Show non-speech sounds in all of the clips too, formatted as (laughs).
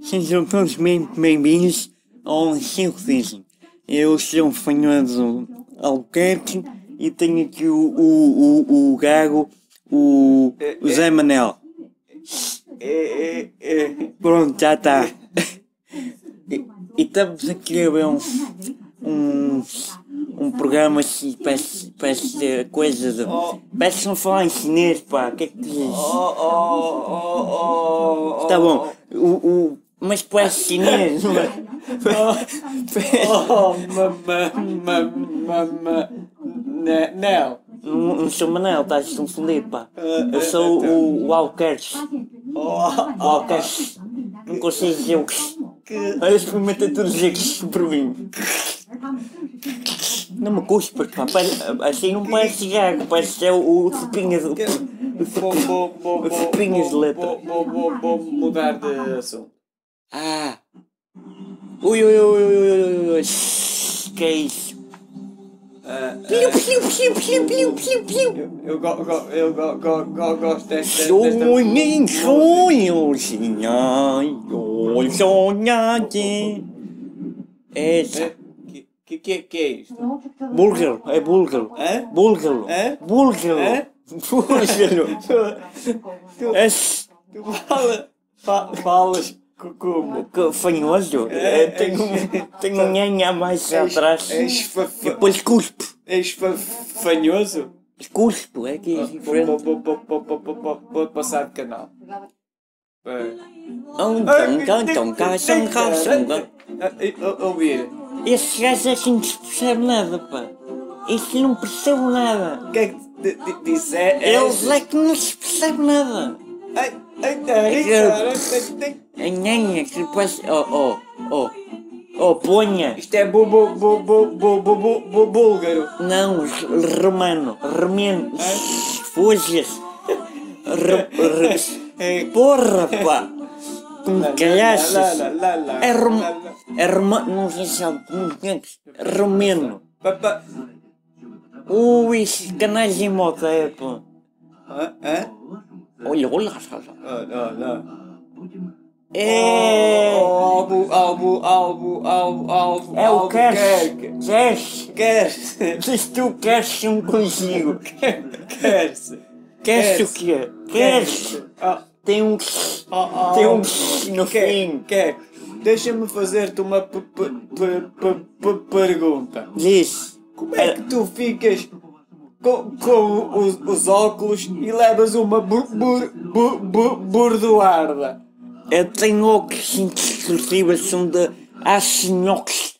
Sejam todos bem- bem-vindos ao Circo Fishing. Eu sou um o Fanhoso Alcante e tenho aqui o, o, o, o Gago, o, o Zé Manel. É, é, é. Pronto, já está. E, e estamos aqui a ver um, um, um programa assim, parece, parece eh, coisa de... Parece que não falar em chinês, pá, o que é que dizes? Oh, oh, oh, oh, oh. Tá bom, o, o, mas parece chinês, não é? Oh, mamã, mamã, mamã. Ne- Né, Não. Não, não É, sou Um, Manel, tá, estás a confundir, um pá. Eu sou o, o Alquerques. Oh, O Alquerques. Não consigo dizer o que. é. Olha, eu experimentei tudo dizer que por mim. Não me cuspas, pá. Pare- Assim não parece gago, parece que é o, o Cepinhas. O, Vou, vou, vou, vou, Pinhas de vou, letra. vou, vou, vou, vou mudar de assunto. Ah! Ui, ui, ui, ui, ui, ui, ui, ui. Shhh, Que é isso? Ah, Piu, piu, piu, piu, piu, piu, piu. eu- eu go- go- eu go- go- go- gosto desta... desta- um Sonhem, sonhem, sonhate. Essa. É? Que- Que, que, que é (laughs) isto? Búlgaro, é búlgaro. Hã? Búlgaro. Hã? Búlgaro. Hã? Búlgaro. É s- Tu fala, fa- falas co- como? que fanhoso. É, É, Tenho um- tenho um nhanha mais És- atrás. És E fa- fa- depois cuspo. És fa- fanhoso? Cuspo, é que é Vou- diferente. vou- vou- vou- vou- vou- vou- Vou passar de canal. É. Então, então, então, cá, são cá, são cá. É, é, é, Ouvir. Esse gajo é que não se percebe nada, pá. Esse não percebe nada. O que é que di- di- disse? É- é- Eles é que não se percebe nada. Ai, ai, ai, É que- cara, tem- tem- A nhanha que depois. Oh, oh, oh. Oh, ponha. Isto é bu- bu- bu- bu- bu- bu- bu- bu- búlgaro. Não, r- romano, romeno, Ah, fujas. É- Porra, pá! Lá, Com lá, calhaças! lá, lá, lá, É rom... lá, lá. É romano, não sei se sabe, não conheces. Romeno. Pa- pa- Ui, esses canais em moto, é, pá. Hã? Hã? Olha, olha, olha. Oh, não, não. É... Albo, albo, albo, albo, albo, É o albo, cash. quer- Cash. quer- Se tu queres, não consigo. Quer-se. Cash o Cash. quê? Cash. Ah, Tem um... ah, ah, Tem um... No quer- fim. quer. Deixa-me fazer-te uma pe- pe- pe- pe- pe- pergunta. Diz. Como é que tu ficas com, com os, os óculos e levas uma bur, bur, bur, bur, burdoarda? Eu tenho óculos indescritíveis, são de Asinox.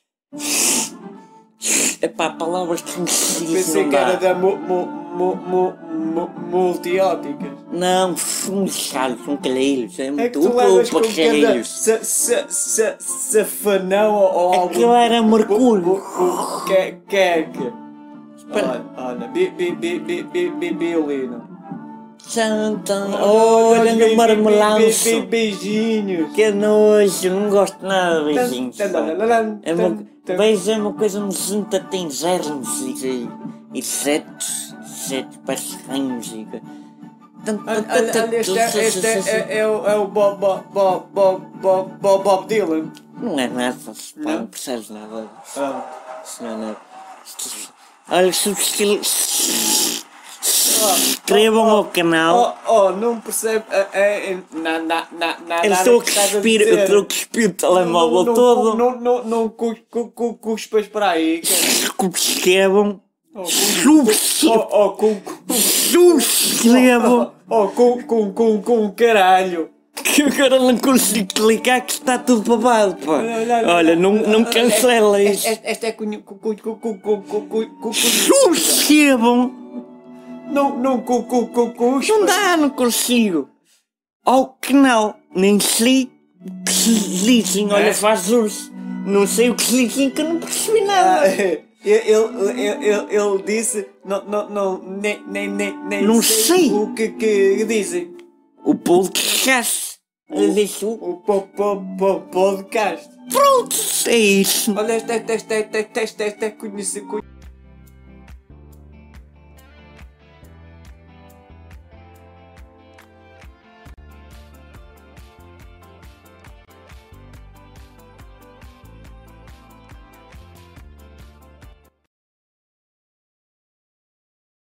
Epá, palavras que me se diz Pensei não que era dá. da mu, mu, mu, mu, mu, multióticas. Não, são chalos, são calheiros, é É que muito tu levas com opa, cada calheiros. sa, sa, sa, safanão ou algo. Aquilo É era Bu- mercúrio. bu- Que, que é que? Espera. Olha, olha, bi, bi, bi, bi, bi, bi, biolino. Santa, Oh, olha Bi- bi- no bi- bi- marmelanço. Beijinhos. Que nojo, não gosto nada de beijinhos. pá. É uma, beijo é uma coisa nojenta, tem germes e, e, e setos, setos, parece ranhos e... Olha, olha, Este é- este é- é- é o é o Bob Bob Bob Bob Bob Bob, Bob Dylan. Não é nada, pá, Não? não percebes nada. Isso não é nada. Isto- Olha, subscri- subscrevam ao canal. Oh, oh, não percebe eh, eh, na- na- na- na- Eu nada estou a oh, que estás cuspir, eu dizer. estou a cuspir o Não- telemóvel não- todo. Não, não, não cus- cu- cu- cuspas para aí. cara. Subscrevam. Oh, Subs- Oh, oh, com, com, Subscrevam. oh, com, com, com, com caralho. Que agora não consigo clicar que está tudo babado, pá. Não, não, não, Olha, não, não não, cancela isso. Esta esta é cunho- cu- cu- cu- cu- cu- cu- cu- cu- Subscrevam. Não, não, cu- cu- cu- cuspas. Não dá, não consigo. Ao canal, nem sei o que se dizem. Olha, É? faz urso. Não sei o que se dizem que eu não percebi Ah, nada. (laughs) ele, ele, ele, ele disse, não, não, não, nem, nem, nem, nem Não sei. o que, que dizem. O povo que chegasse. Ele disse, "Oh, O po, po, po, podcast. pronto, é isso. Olha, esta, é esta, esta, esta, esta, esta, esta, conhece, conhece.